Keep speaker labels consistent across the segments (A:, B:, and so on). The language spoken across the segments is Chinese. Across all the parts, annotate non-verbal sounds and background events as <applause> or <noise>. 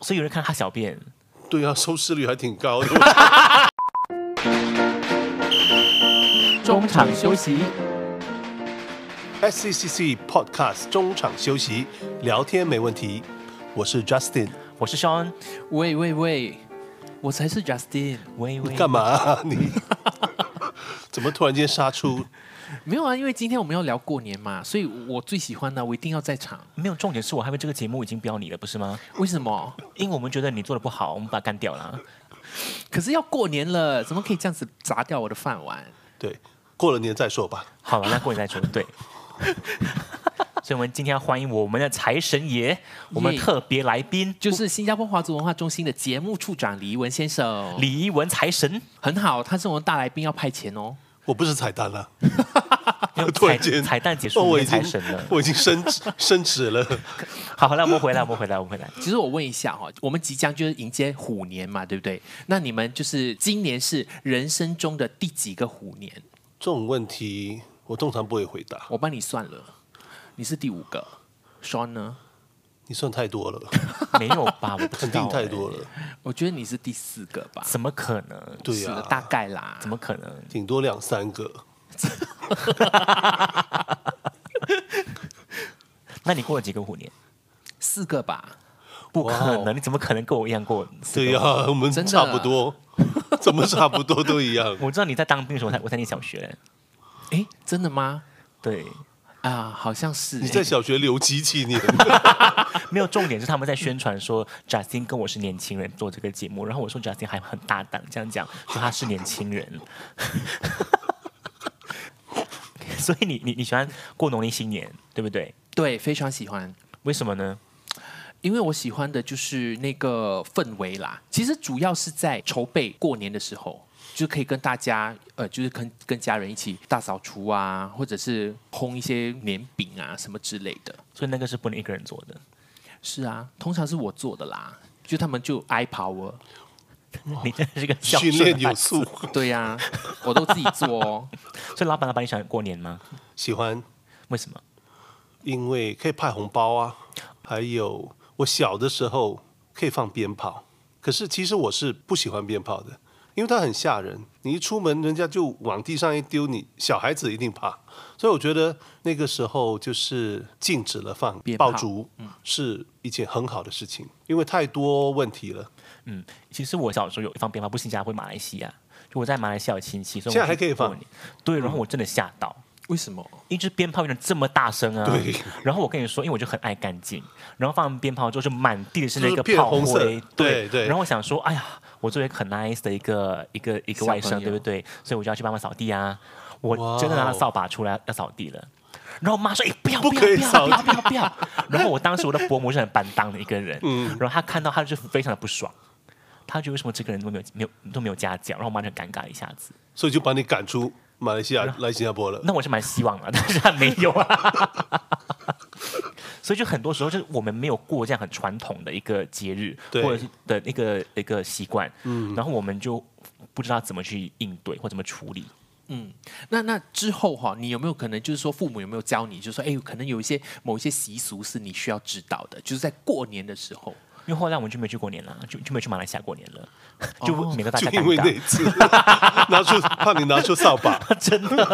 A: 所以有人看他小便。
B: 对啊，收视率还挺高的。 <laughs>
A: 中场休息，
B: SCCC Podcast 中场休息，聊天没问题。我是 Justin，
A: 我是 Sean。
C: 喂喂喂，我才是 Justin。
A: 喂喂，
B: 干嘛、啊、你？怎么突然间杀出？
C: 没有啊，因为今天我们要聊过年嘛，所以我最喜欢的我一定要在场。
A: 没有重点是我还为这个节目已经标你了，不是吗？
C: 为什么？
A: 因为我们觉得你做的不好，我们把它干掉了。
C: 可是要过年了，怎么可以这样子砸掉我的饭碗？
B: 对，过了年再说吧。
A: 好了，那过年再说。
B: <laughs>
A: 对。所以，我们今天要欢迎我们的财神爷，我们特别来宾
C: 就是新加坡华族文化中心的节目处长李一文先生，
A: 李一文财
B: <laughs>
A: 神，
C: 很好，他是我们大来宾，要派遣哦。
B: 我不是彩蛋了，
A: 用
B: <laughs> 突然
A: 彩
B: 间
A: 彩蛋结
B: 哦
A: 束，
B: 我
A: 我
B: 已
A: 们
B: 经
A: 财神了。
B: <laughs> 我已经升职升职了。
A: 好，好了，我们回来，我们回来，我们回来。
C: 其实我问一下哈、哦，我们即将就是迎接虎年嘛，对不对？那你们就是今年是人生中的第几个虎年？
B: 这种问题我通常不会回答，
C: 我帮你算了，你是第五个。Sean 呢？
B: 你算太多了，
A: 没有吧？我不
B: <laughs>
A: 知
B: 肯
A: 道、
B: 定
A: 欸，
B: 太多了。
C: 我觉得你是第四个吧？
A: 怎么可能？
B: 对
C: 是的，
B: 啊，
C: 大概啦。
A: 怎么可
B: <laughs>
A: 能？
B: 顶多两三个。
A: 那你过了几个虎年？
C: 四个吧？
A: 不可能，你怎么可能跟我一样过？。
B: 哦对呀、我们
C: 真的
B: 差不多，怎么差不多都一样
A: 我知道你在当兵的时候，我才我才念小学。
C: 诶，真的吗？
A: 对，
C: 啊，好像是。
B: 你在小学留几几年？
A: 啊没有重点是他们在宣传说 Justin 跟我是年轻人做这个节目，然后我说 Justin 还很大胆，这样讲说他是年轻人。 <laughs> 所以你你你喜欢过农历新年，对不对？
C: 对，非常喜欢。
A: 为什么呢？
C: 因为我喜欢的就是那个氛围啦。其实主要是在筹备过年的时候，就可以跟大家呃，就是跟跟家人一起大扫除啊，或者是烘一些年饼啊什么之类的。
A: 所以那个是不能一个人做的。
C: 是啊，通常是我做的啦，就他们就哦 i power。
A: 你真的是个孝
B: 训
A: 顺
B: 练
A: 的
B: 有
A: 孩子
B: 素，
C: 对呀、我都自己做哦。
A: 所以老板老板，你喜欢过年吗？
B: 喜欢，
A: 为什么？
B: 因为可以派红包啊。还有，我小的时候可以放鞭炮，可是其实我是不喜欢鞭炮的，因为它很吓人。你一出门，人家就往地上一丢你，小孩子一定怕。所以我觉得那个时候就是禁止了放
C: 鞭炮
B: 爆竹，是一件很好的事情，因为太多问题了。
A: 嗯，其实我小时候有放鞭炮，不是新加坡，马来西亚。就我在马来西亚有亲戚，所以我
B: 现在还
A: 去
B: 可以放嗯
A: 过年。对，然后我真的吓到，
C: 为什么？
A: 一支鞭炮变成这么大声啊！
B: 对。
A: 然后我跟你说，因为我就很爱干净，然后放完鞭炮之后，就满地的是
B: 就
A: 那
B: 是
A: 个
B: 变
A: 炮
B: 红色
A: 灰。
B: 对对
A: 然后我想说，哎呀，我作为一个很 nice 的一个一个一个
C: 小
A: 外
C: 朋
A: 甥，
C: 友
A: 对不对？所以我就要去帮忙扫地啊。
B: 哇
A: 我
B: 哦
A: 真的拿了扫把出来要扫地了。然后我妈说：“哎、不要
B: 不
A: 不要
B: 可以
A: 不要
B: 扫
A: 不要不要不要！”然后我当时我的伯母是很担当的一个人，
B: 嗯
A: 然后她看到她就非常的不爽，她觉得为什么这个人都没有没有都没有家教，然后我妈就很尴尬一下子。
B: 所以就把你赶出马来西亚来新加坡了。
A: 那我是蛮希望了，但是他没有啊。 <laughs> 所以就很多时候就是我们没有过这样很传统的一个节日，
B: 对嗯
A: 或者是的那个一个习惯，然后我们就不知道怎么去应对或怎么处理。
C: 那那之后哈、你有没有可能就是说父母有没有教你，就是说哎，可能有一些某一些习俗是你需要知道的，就是在过年的时候。
A: 因为后来我们就没有去过年了，就就没有去马来西亚过年了，就免得大家
B: 哦就
A: 尴
B: 因为那
A: 尬。
B: 一次， <laughs> 拿出怕你拿出扫把，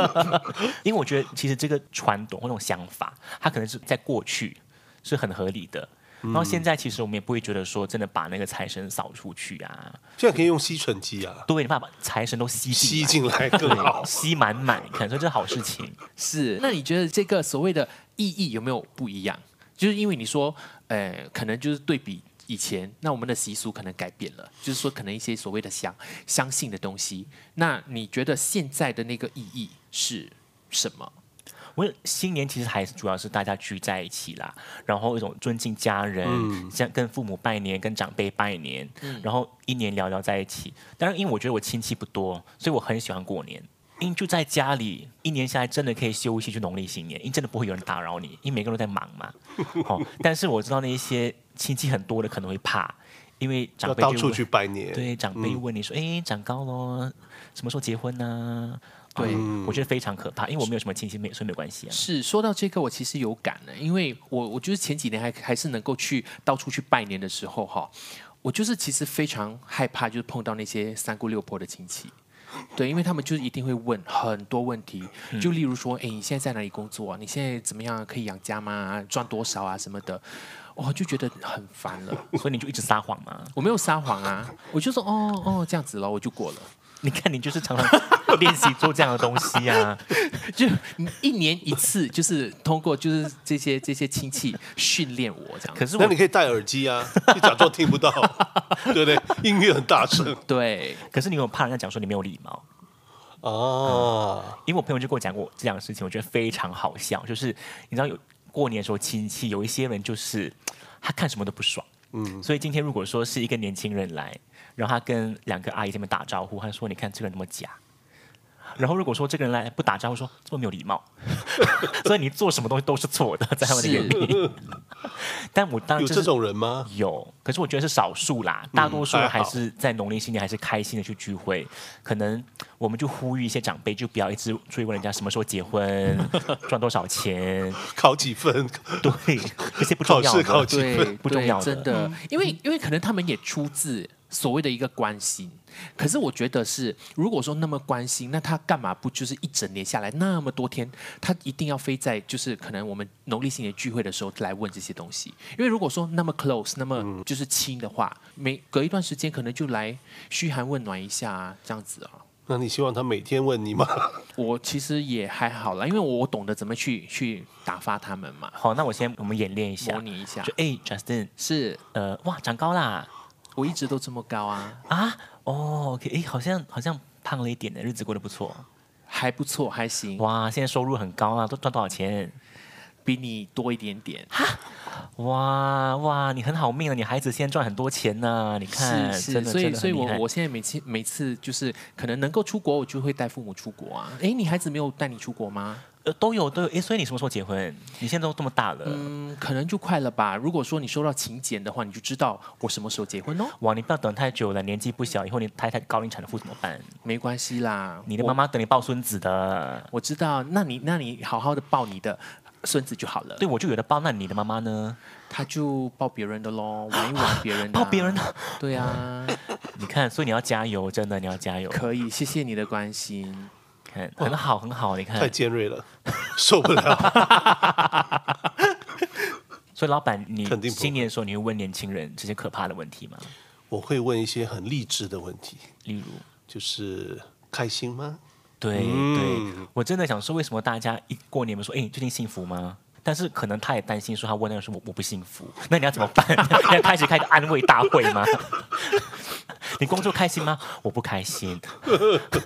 A: <laughs> 因为我觉得其实这个传统或那种想法，它可能是在过去是很合理的，
B: 嗯
A: 然后现在其实我们也不会觉得说真的把那个财神扫出去啊，
B: 现在可以用吸尘机啊，
A: 对，你怕把财神都吸进
B: 吸
A: 来
B: 进来更好。
A: 吸满满，可能说这是好事情。
C: 是，那你觉得这个所谓的意义有没有不一样？就是因为你说，呃，可能就是对比以前，那我们的习俗可能改变了，就是说可能一些所谓的相相信的东西。那你觉得现在的那个意义是什么？
A: 我觉得新年其实还是主要是大家聚在一起啦，然后一种尊敬家人，
B: 嗯
A: 像跟父母拜年、跟长辈拜年，然后一年聊聊在一起。当然，因为我觉得我亲戚不多，所以我很喜欢过年。因为就在家里，一年下来真的可以休息去农历新年，因为真的不会有人打扰你，因为每个人都在忙嘛。哦，但是我知道那一些亲戚很多的可能会怕，因为长
B: 要
A: 辈
B: 到
A: 就
B: 处
A: 会
B: 去拜年，
A: 对，长辈问你说：“哎、长高咯，什么时候结婚呢、
C: 对
A: 我觉得非常可怕，因为我没有什么亲戚妹，所以没有关系啊。
C: 是说到这个，我其实有感呢，因为我我就是前几年还还是能够去到处去拜年的时候哈，我就是其实非常害怕，就是碰到那些三姑六婆的亲戚。对，因为他们就是一定会问很多问题，就例如说，哎，你现在在哪里工作啊？你现在怎么样？可以养家吗？赚多少啊？什么的，我、就觉得很烦了。
A: 所以你就一直撒谎嘛？
C: 我没有撒谎啊，我就说哦哦这样子咯，我就过了。
A: 你看你就是常
B: <laughs>
A: 常练习做这样的东西啊。
C: 就一年一次，就是通过就是这些这些亲戚训练我这样。
A: 可是
B: 那
A: 我
B: 你可以戴耳机啊，就假装听不
A: <laughs>
B: 到，对不对？音乐很大声
C: 对，
A: 可是你有怕人家讲说你没有礼貌？
B: 啊，
A: 因为我朋友就跟我讲过这两个事情，我觉得非常好笑。就是你知道有过年的时候，亲戚有一些人就是他看什么都不爽，嗯，所以今天如果说是一个年轻人来，然后他跟两个阿姨这边打招呼，他说：“你看这个人那么假。”然后如果说这个人来不打招呼，说这么没有礼貌， <laughs> 所以你做什么东西都是错的，在他们的眼里。但我当然
B: 有
A: 就
B: 这
A: 是
B: 种人吗？
A: 有，可是我觉得是少数啦，大多数
B: 还
A: 人
B: 好
A: 还是在农历新年还是开心的去聚会。可能我们就呼吁一些长辈，就不要一直追问人家什么时候结婚、赚多少钱，
B: 考几分？ <laughs>
A: 对，这些不重要
B: 考试
A: 的。
B: 考几
C: 对
B: 分？
A: 不重要
C: 对
A: 的
C: 真的，因为因为可能他们也出自所谓的一个关心。可是我觉得是，如果说那么关心，那他干嘛不就是一整年下来那么多天，他一定要飞在就是可能我们农历新年聚会的时候来问这些东西？因为如果说那么 close，那么就是亲的话，每隔一段时间可能就来嘘寒问暖一下、啊、这样子啊。
B: 那你希望他每天问你吗？
C: 我其实也还好啦，因为我懂得怎么去去打发他们嘛，
A: 好，那我先我们演练一下
C: 模，拟一下
A: 就。哎，Justin，
C: 是
A: 呃，哇，长高啦
C: 我一直都这么高啊，
A: 啊，哦，OK，哎，好像好像胖了一点的，日子过得不错。
C: 还不错，还行，
A: 哇，现在收入很高啊啦，都赚多少钱？
C: 比你多一点点。
A: 哇哇，你很好命啊，你孩子现在赚很多钱呢、你看，
C: 是
A: 真
C: 是，
A: 的
C: 所以
A: 真的
C: 所
A: 很厉
C: 以我
A: 害
C: 我现在每次每次就是可能能够出国，我就会带父母出国啊。诶，你孩子没有带你出国吗？
A: 呃，都有都有。诶，所以你什么时候结婚？你现在都这么大了，
C: 嗯，可能就快了吧。如果说你收到请柬的话，你就知道我什么时候结婚哦。
A: 哇，你不要等太久了，年纪不小，以后你太太高龄产妇怎么办？
C: 没关系啦，
A: 你的
C: 我
A: 妈妈等你抱孙子的。
C: 我知道，那你那你好好的抱你的孙子就好了。
A: 对，我就有的抱，那你的妈妈呢？
C: 他就抱别人的
A: <gasps>
C: 喽，玩一玩别人的、
A: 抱别人的，
C: 对啊，
A: 你看，所以你要加油，真的，你要加油。
C: 可以，谢谢你的关心。
A: 看，很好，很好，你
B: 太
A: 看。
B: 尖锐
A: <laughs>
B: 了，受不了。
A: 所以老板，你
B: 肯定不会
A: 新年的时候，你会问年轻人这些可怕的问题吗？
B: 我会问一些很励志的问题，
A: 例如，
B: 就是开心吗？
A: 对、对
B: 嗯，
A: 我真的想说，为什么大家一过年不说，哎，你最近幸福吗？但是可能他也担心说，他问那个说我我不幸福， <laughs> 那你要怎么办？你要开始开个安慰大会吗？ <laughs> 你工作开心吗？我不开心， <laughs>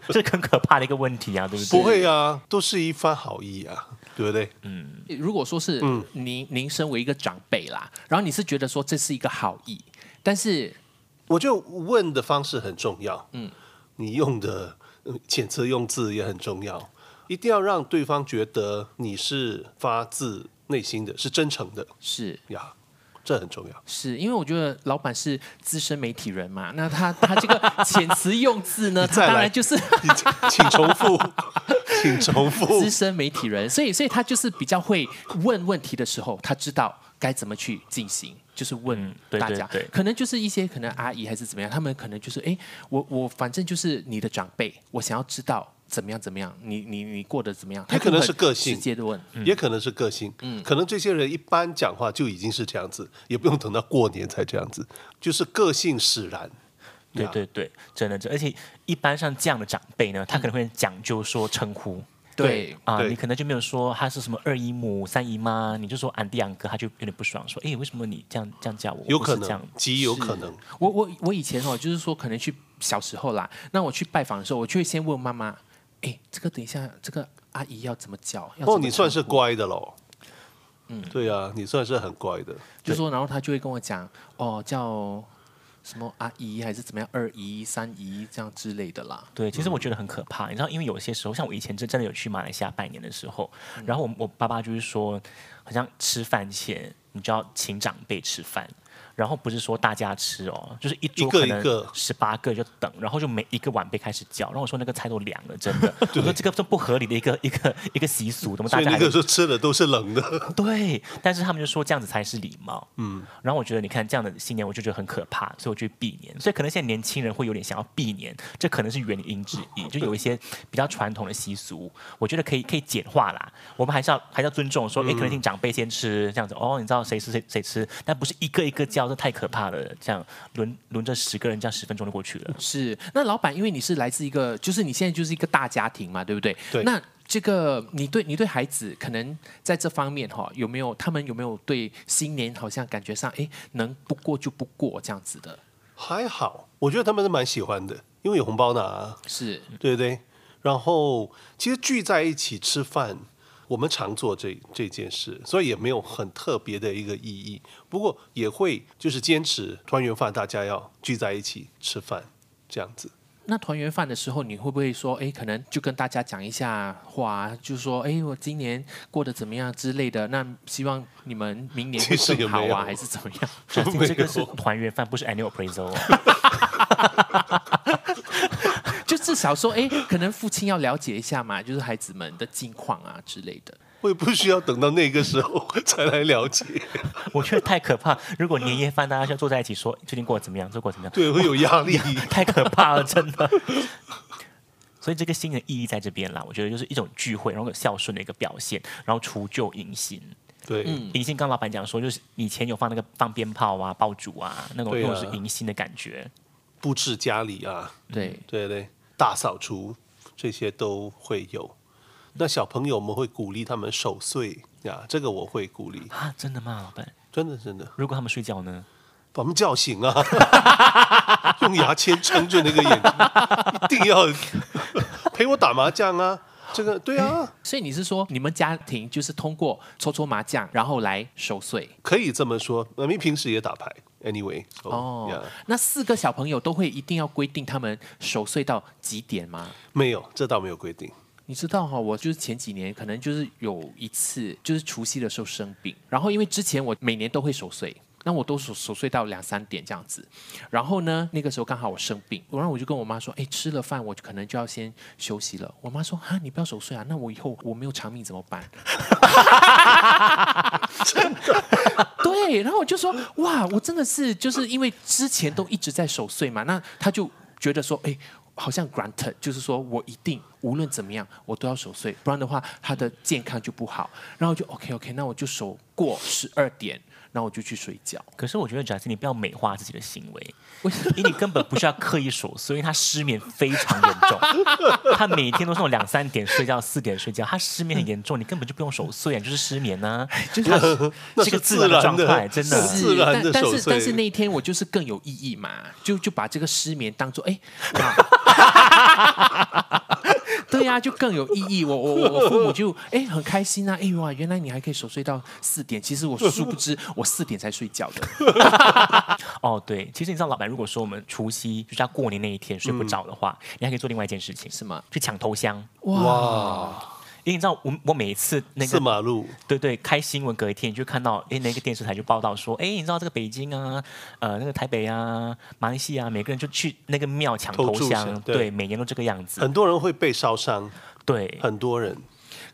A: 这很可怕的一个问题啊，对不对？
B: 不会啊，都是一番好意啊，对不对？
C: 如果说是
B: 嗯
C: 您您身为一个长辈啦，然后你是觉得说这是一个好意，但是
B: 我就问的方式很重要，嗯，你用的呃遣词用字也很重要，一定要让对方觉得你是发自内心的，是真诚的
C: 是
B: 呀，这很重要。 <laughs>
C: 是因为我觉得老板是资深媒体人嘛，那他他这个遣词用字
B: <laughs>
C: 呢，他
B: 再
C: 当
B: 来哦
C: 然就是
B: 你请重复，请重复
C: 资，深媒体人，所以所以他就是比较会问问题的时候，他知道该怎么去进行。就是问
A: 嗯对
C: 大家，
A: 对对
C: 可能就是一些可能阿姨还是怎么样，他们可能就是哎，我我反正就是你的长辈，我想要知道怎么样怎么样，你你你过得怎么样？他
B: 也可能
C: 就很
B: 是个性
C: 直接的问，
B: 也可能是个性，嗯，可能这些人一般讲话就已经是这样子，也不用等到过年才这样子，就是个性使然。
A: 对对对，真的，真的而且一般像这样的长辈呢，他可能会讲究说称呼。
C: 对
A: 啊，
B: 对
A: 你可能就没有说他是什么二姨母、三姨妈，你就说俺弟、俺哥，他就有点不爽，说哎，为什么你这样这样叫我？
B: 有
A: 我不是
B: 可
A: 这样
B: 能，极有可能，
C: 我我我以前哦，就是说可能去小时候啦，那我去拜访的时候，我就会先问妈妈，哎，这个等一下这个阿姨要怎么叫？要怎
B: 哦，
C: 么
B: 你算
C: 称
B: 是
C: 呼
B: 乖的喽。嗯，对啊，你算是很乖的。
C: 就说，然后她就会跟我讲，哦，叫什么阿姨还是怎么样，二姨、三姨这样之类的啦。
A: 对，其实
B: 嗯
A: 我觉得很可怕，你知道，因为有些时候，像我以前真真的有去马来西亚拜年的时候，
B: 嗯
A: 然后我我爸爸就是说，好像吃饭前你就要请长辈吃饭，然后不是说大家吃哦，就是一桌
B: 一个
A: 可能
B: 一个
A: 十八个就等，然后就每一个晚辈开始叫，然后我说那个菜都凉了，真
B: <laughs>
A: 的，我说这个这不合理的一个一个一个习俗，怎么
B: 所
A: 大
B: 以
A: 家
B: 那
A: 还
B: 个时候吃的都是冷的， <laughs>
A: 对，但是他们就说这样子才是礼貌。嗯，然后我觉得你看这样的信念，我就觉得很可怕，所以我就避年。所以可能现在年轻人会有点想要避年，这可能是原因之一。就有一些比较传统的习俗，我觉得可以可以简化啦。我们还是要还是要尊重说，哎、可能请长辈先吃这样子。哦，你知道谁吃谁谁吃，但不是一个一个叫，这太可怕了。这样轮轮着十个人，这样十分钟就过去了。
C: 是，那老板，因为你是来自一个，就是你现在就是一个大家庭嘛，对不对？
B: 对
C: 那这个，你对你对孩子，可能在这方面哈、有没有他们有没有对新年好像感觉上，哎，能不过就不过这样子的？
B: 还好，我觉得他们是蛮喜欢的，因为有红包拿、啊，
C: 是，
A: 嗯
B: 对不对？然后其实聚在一起吃饭，我们常做这这件事，所以也没有很特别的一个意义。不过也会就是坚持团圆饭，大家要聚在一起吃饭这样
A: <laughs>
B: 子。
C: 那团圆饭的时候，你会不会说，哎，可能就跟大家讲一下话，就说，哎，我今年过得怎么样之类的？那希望你们明年会
B: <laughs> 其实也
C: 更好
B: 没有
C: 啊，还是怎么样？
A: 这
B: 没有
A: 这个是团圆饭，不是 annual appraisal <laughs> 哦。
C: 就至少说，哎，可能父亲要了解一下嘛，就是孩子们的近况啊之类的。
B: 我也不需要等到那个时候才来了解，
A: 我觉得太可怕。如果年夜饭大家就坐在一起说最近过得怎么样，最近过得怎么样，
B: 对，会有压
A: <laughs>
B: 力。
A: 太可怕了，真的。所以这个新年的意义在这边啦，我觉得就是一种聚会，然后有孝顺的一个表现，然后除旧迎新。
B: 对，
A: 迎新刚老板讲说，就是以前有放那个放鞭炮啊、爆竹啊，那种、
B: 对啊
A: 那种是迎新的感觉。
B: 布置家里啊，
C: 对，
B: 对对，大扫除这些都会有。那小朋友们会鼓励他们守岁呀，这个我会鼓励，
A: 啊，真的吗，老板？
B: 真的真的，
A: 如果他们睡觉呢？
B: 把他们叫醒啊， <laughs> 用牙签撑住那个眼睛， <laughs> 一定要陪我打麻将啊，这个对啊，
C: 所以你是说，你们家庭就是通过搓搓麻将，然后来守岁？
B: 可以这么说。妈咪平时也打牌，anyway，
C: 哦，
B: 呀
C: 那四个小朋友都会一定要规定他们守岁到几点吗？
B: 没有，这倒没有规定。
C: 你知道哈、我就是前几年可能就是有一次，就是除夕的时候生病，然后因为之前我每年都会守岁，那我都守守岁到两三点这样子。然后呢，那个时候刚好我生病，然后我就跟我妈说，哎，吃了饭我可能就要先休息了。我妈说，哈，你不要守岁啊，那我以后我没有长命怎么办？ <laughs> 对，然后我就说，哇，我真的是就是因为之前都一直在守岁嘛，那他就觉得说，哎，好像 granted，就是说我一定无论怎么样我都要守岁，不然的话他的健康就不好。然后我就 OK OK，那我就守过十二点，然后我就去睡觉。
A: 可是我觉得 j u s t 你不要美化自己的行为，因为你根本不需要刻意守岁，因为他失眠非常严重，他每天都是那种两三点睡觉、四点睡觉，他失眠很严重，你根本就不用守岁啊，你就是失眠呐、啊，
C: 就是
A: 他
B: 那
A: 是
B: 是
A: 个自然的状态，真
B: 自然
A: 的
B: 的。自然
C: 但但
B: 守
C: 是但是
B: 岁
C: 那一天我就是更有意义嘛，就就把这个失眠当做哎，哇 <laughs> 对呀、就更有意义。我我我我父母就哎很开心啊，哎呦啊，原来你还可以守睡到四点。其实我殊不知我四点才睡觉的。
A: 哦，对，其实你知道，老板如果说我们除夕就是要过年那一天睡不着的话，你还可以做另外一件事情，
C: 是吗？
A: 去抢头香。
B: 哇，
A: 因为你知道，我我每一次那个
B: 四马路
A: 对对，开新闻隔一天你就看到，哎，那个电视台就报道说，哎，你知道这个北京啊，呃，那个台北啊，马来西亚，每个人就去那个庙抢
B: 投
A: 头
B: 注
A: 香
B: 香，对呃
A: 对，每年都这个样子，
B: 很多人会被烧伤，
A: 对，
B: 很多人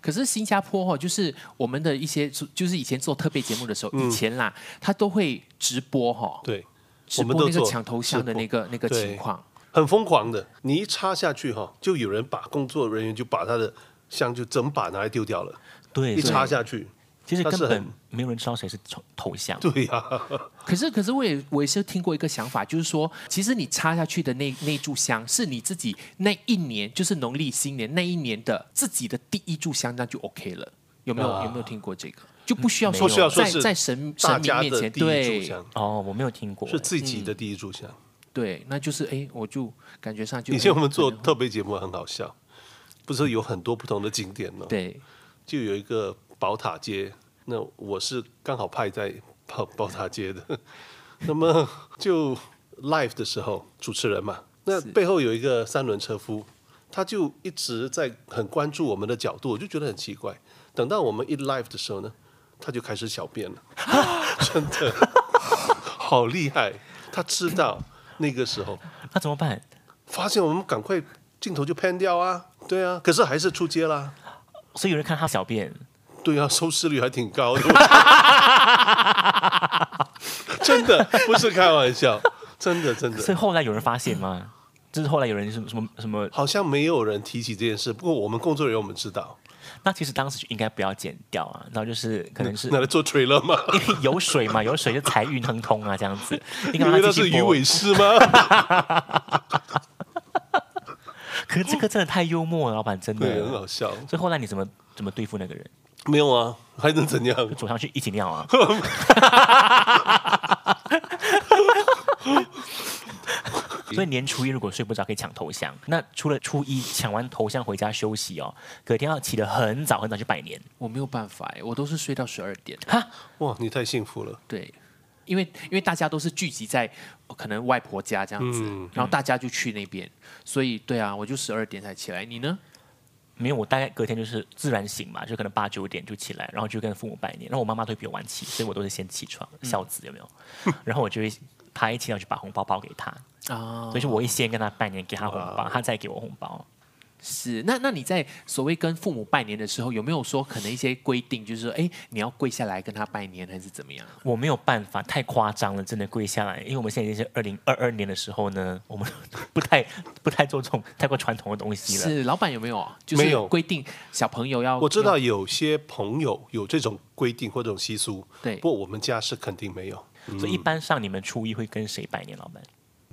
C: 可是新加坡哈、哦，就是我们的一些，就是以前做特备节目的时候，
B: 嗯
C: 以前啦，他都会直播哈、哦，
B: 对，
C: 直
B: 我们
C: 播
B: 都
C: 那个
B: 做
C: 抢头香的
B: 直播
C: 那个那个
B: 对
C: 情况。
B: 很疯狂的，你一插下去哈，就有人把工作人员就把他的香就整把拿来丢掉了，
A: 对，
B: 一
A: 对
B: 插下去，
A: 其实
B: 它
A: 根
B: 是
A: 本
B: 很
A: 没有人知道谁是头头像，
B: 对呀、
C: 可是，可是我也我也是听过一个想法，就是说，其实你插下去的那那炷香，是你自己那一年，就是农历新年那一年的自己的第一炷香，那就 OK 了。有没有、有没有听过这个？就不需要说
B: 啊不需要说
C: 在
B: 是
C: 在神
B: 大
C: 神明
B: 家
C: 面
B: 的
C: 前，
B: 第一炷
C: 对
B: 香
A: 哦，我没有听过，
B: 是自己的第一炷香。
C: 嗯对，那就是哎，我就感觉上就
B: 以前我们
C: 哎
B: 做
C: 可能
B: 特别节目很好笑，不是有很多不同的景点呢、
C: 对
B: 就有一个宝塔街，那我是刚好派在宝宝塔街的， <laughs> 那么就 live 的时候，主持人嘛，那背后有一个三轮车夫，他就一直在很关注我们的角度，我就觉得很奇怪。等 <laughs> 到我们一 live 的时候呢，他就开始小便了，真的。好厉害，他知道那个时候
A: 那怎么办？
B: 发现我们赶快镜头就 pan 掉啊，对啊，可是还是出街啦，
A: 所以有人看他小便，<laughs>
B: 对啊，收视率还挺高的，真的不是开玩笑，真的真
A: 所
B: 的，
A: 以后来有人发现吗？就是后来有人什么什么什么，
B: 好像没有人提起这件事，不过我们工作人员我们知道，
A: 那其实当时就应该不要剪掉啊，然后就是可能是
B: 拿来做 trailer 吗？
A: 因为有水嘛，有水就财运亨通啊，这样
B: <laughs>
A: 子。 <laughs> 你
B: 以
A: 干嘛
B: 为那
A: 继
B: 是
A: 续
B: 鱼
A: 播
B: 尾？狮
A: <laughs>
B: 吗？
A: 可是这个真的太幽默了，老板真
B: 对，很
A: 的。
B: 好笑。
A: 所以后来你怎么怎么对付那个人？
B: 没有啊，还能怎样？
A: 走上去一起尿啊？所以年初一如果睡不着，可以抢头香。那除了初一抢完头香回家休息哦，隔天要起得很早很早去拜年。
C: 我没有办法哎，我都是睡到十二点。
B: 哇，你太幸福了。
C: 对，因为因为大家都是聚集在呃可能外婆家这样子，
B: 嗯
C: 然后大家就去那边，所以对啊，我就十二点才起来。你呢？
A: 没有，我大概隔天就是自然醒嘛，就可能八九点就起来，然后就跟父母拜年。然后我妈妈都会比我晚起，所以我都是先起床，孝子有没有？然后我就会她一起床就把红包包给她，
C: 啊
A: 所以是我会先跟她拜年，给她红
B: 哦
A: 包，她再给我红包。
C: 是那那你在所谓跟父母拜年的时候，有没有说可能一些规定，就是说，哎，你要跪下来跟他拜年，还是怎么样？
A: 我没有办法，太夸张了，真的跪下来。因为我们现在已经是二零二二年的时候呢，我们 <laughs> 不太不太做这种太过传统的东西了。
C: 是老板有没有啊？就是
B: 没有
C: 规定小朋友要
B: 我知道有些朋友有这种规定或这种习俗，
C: 对
B: 不过我们家是肯定没有。
A: 所以一般上你们初一会跟谁拜年，老板？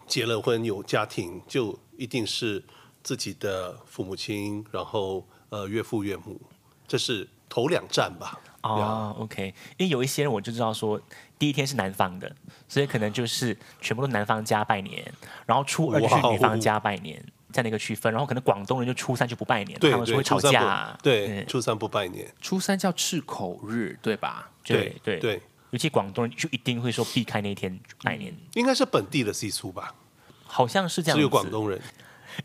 B: 结了婚有家庭，就一定是自己的父母亲，然后呃岳父岳母，这是头两站吧。
A: 哦、o k 因为有一些人我就知道说，第一天是男方的，所以可能就是全部都男方家拜年，然后初二去
B: 哇哦
A: 女方家拜年，这样的一个区分。然后可能广东人就初三就不拜年，
B: 对
A: 他们说
B: 对，
A: 会
B: 初
A: 吵
B: 三
A: 架啊
B: 不，，对，
A: 嗯
B: 初三不拜年，
C: 初三叫赤口日，对吧？
A: 对对
B: 对对，
A: 尤其广东人就一定会说避开那一天拜年，
B: 应该是本地的习俗吧，
A: 好像是这样
B: 只
A: 子。
B: 嗯有广东人。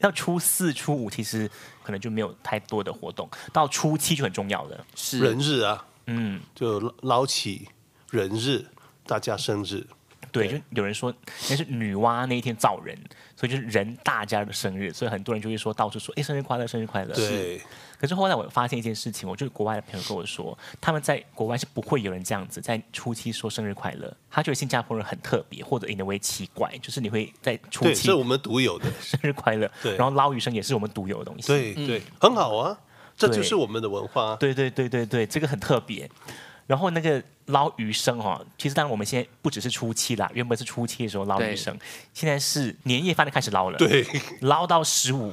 A: 要初四、初五，其实可能就没有太多的活动，到初七就很重要的。
C: 是
B: 人日啊，
A: 嗯，
B: 就捞捞起人日，大家生日，
A: 对，就有人说那是女娲那一天造人，所以就是人大家的生日，所以很多人就会说到处说，哎，生日快乐，生日快乐。。
B: 对，
A: 可是后来我发现一件事情，我就国外的朋友跟我说，他们在国外是不会有人这样子在初七说生日快乐，他觉得新加坡人很特别，或者 in a way 奇怪，就是你会在初
B: 对，
A: 七
B: 是我们独有的，
A: 生日快乐，
B: 对
A: 然后捞鱼生也是我们独有的东西。
B: 对对，很好啊，这就是我们的文化啊。
A: 对对对对对，这个很特别。然后那个捞鱼生哦，其实当然我们现在不只是初七啦，原本是初七的时候捞鱼
C: 对
A: 生，现在是年夜饭就开始捞了，，
B: 对，
A: 捞到十五。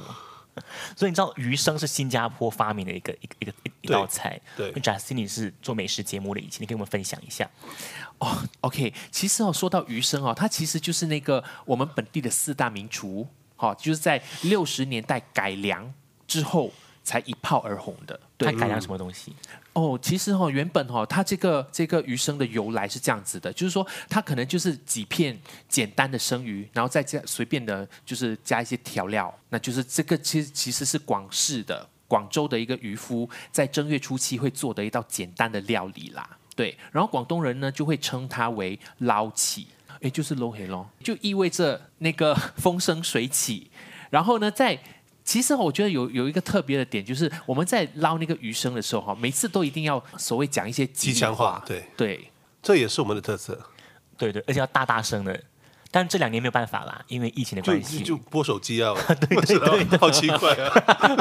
A: 所以你知道鱼生是新加坡发明的一个一个一个一一道菜。
B: 对对
A: j u s t i n 你是做美食节目的，以前你跟我们分享一下。
C: 哦，OK，其实哦，说到鱼生哦，它其实就是那个我们本地的四大名厨，好、就是在六十年代改良之后才一炮而红的。
A: 它
C: 对
A: 改良什么东西？
C: 哦，其实哦，原本哦，它这个这个鱼生的由来是这样子的，就是说它可能就是几片简单的生鱼，然后再加随便的，就是加一些调料，那就是这个其实其实是广式的广州的一个渔夫在正月初七会做的一道简单的料理啦。对，然后广东人呢就会称它为捞起，也哎就是捞黑咯，就意味着那个 <laughs> 风生水起。然后呢，在其实哦我觉得有有一个特别的点，就是我们在捞那个鱼生的时候哈，每次都一定要所谓讲一些
B: 吉
C: 吉利
B: 祥话，对，
C: 对，
B: 这也是我们的特色。
A: 对对，而且要大大声的。但这两年没有办法啦，因为疫情的
B: 就
A: 关
B: 就
A: 系。
B: 就拨手机啊，对对对，好奇怪啊。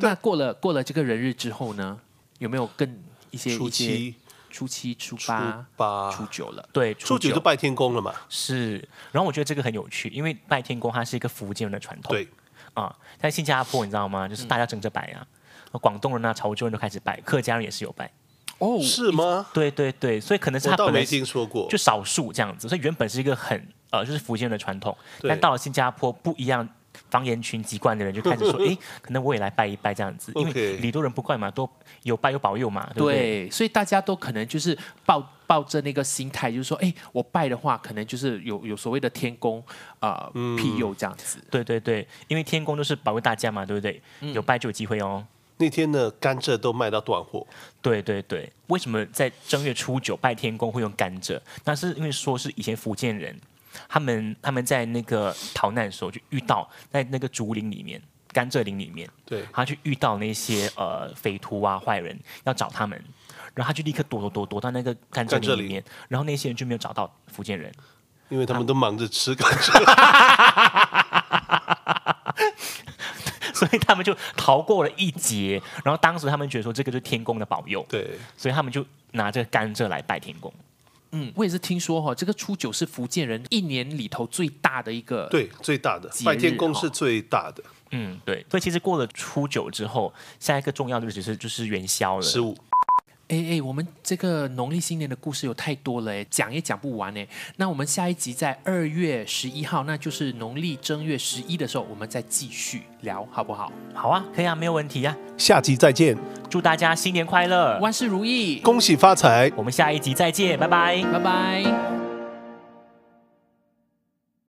C: 那过了过了这个人日之后呢，有没有更一些
B: 初、
C: 一些
B: 七、
C: 初七、初
B: 初
C: 八、
B: 八、
C: 初九了？
A: 对，
B: 初九就拜天公了嘛，
A: 是。然后我觉得这个很有趣，因为拜天公它是一个福建人的传统。
B: 对，
A: 啊、在新加坡你知道吗？
B: 嗯
A: 就是大家争着摆啊，广东人啊、潮州人都开始摆，客家人也是有摆。
C: 哦，
B: 是吗？
A: 对对对，所以可能是
B: 我
A: 他
B: 倒
A: 本
B: 没
A: 来是
B: 听说过
A: 就。少数这样子，所以原本是一个很呃，就是福建人的传统，
B: 对
A: 但到了新加坡不一样。方言群籍贯的人就开
B: <laughs>
A: 始说，诶，可能我也来拜一拜这样子，因为
B: OK
A: 礼多人不怪嘛，都有拜有保佑嘛，对不对？
C: 对，所以大家都可能就是抱抱着那个心态，就是说，哎，我拜的话，可能就是有有所谓的天公啊、
B: 嗯
C: 呃、庇佑这样子。
A: 对对对，因为天公就是保佑大家嘛，对不对？
B: 嗯
A: 有拜就有机会哦。
B: 那天呢，甘蔗都卖到断货，
A: 对对对，为什么在正月初九拜天公会用甘蔗？那是因为说是以前福建人他们他们在那个逃难的时候就遇到在那个竹林里面、甘蔗林里面，
B: 对
A: 他去遇到那些呃匪徒啊、坏人要找他们，然后他就立刻躲躲躲躲到那个甘蔗
B: 甘蔗
A: 林里面，然后那些人就没有找到福建人，
B: 因为他们都忙着吃甘蔗，
A: 所以他们就逃过了一劫。然后当时他们觉得说这个就是天公的保佑，
B: 对，
A: 所以他们就拿这个甘蔗来拜天公。
C: 嗯，我也是听说哈、这个初九是福建人一年里头最大的一个
B: 对，最大的
C: 节日
B: 拜天公
C: 哦
B: 是最大的，
A: 嗯，对。所以其实过了初九之后，下一个重要的日子是就是元宵了。
B: 十五
C: 哎哎，我们这个农历新年的故事有太多了哎，讲也讲不完哎。那我们下一集在二月十一号，那就是农历正月十一的时候，我们再继续聊，好不好？
A: 好啊，可以啊，没有问题啊。
B: 下集再见，
A: 祝大家新年快乐！
C: 万事如意，
B: 恭喜发财。
A: 我们下一集再见，拜拜。
C: 拜拜。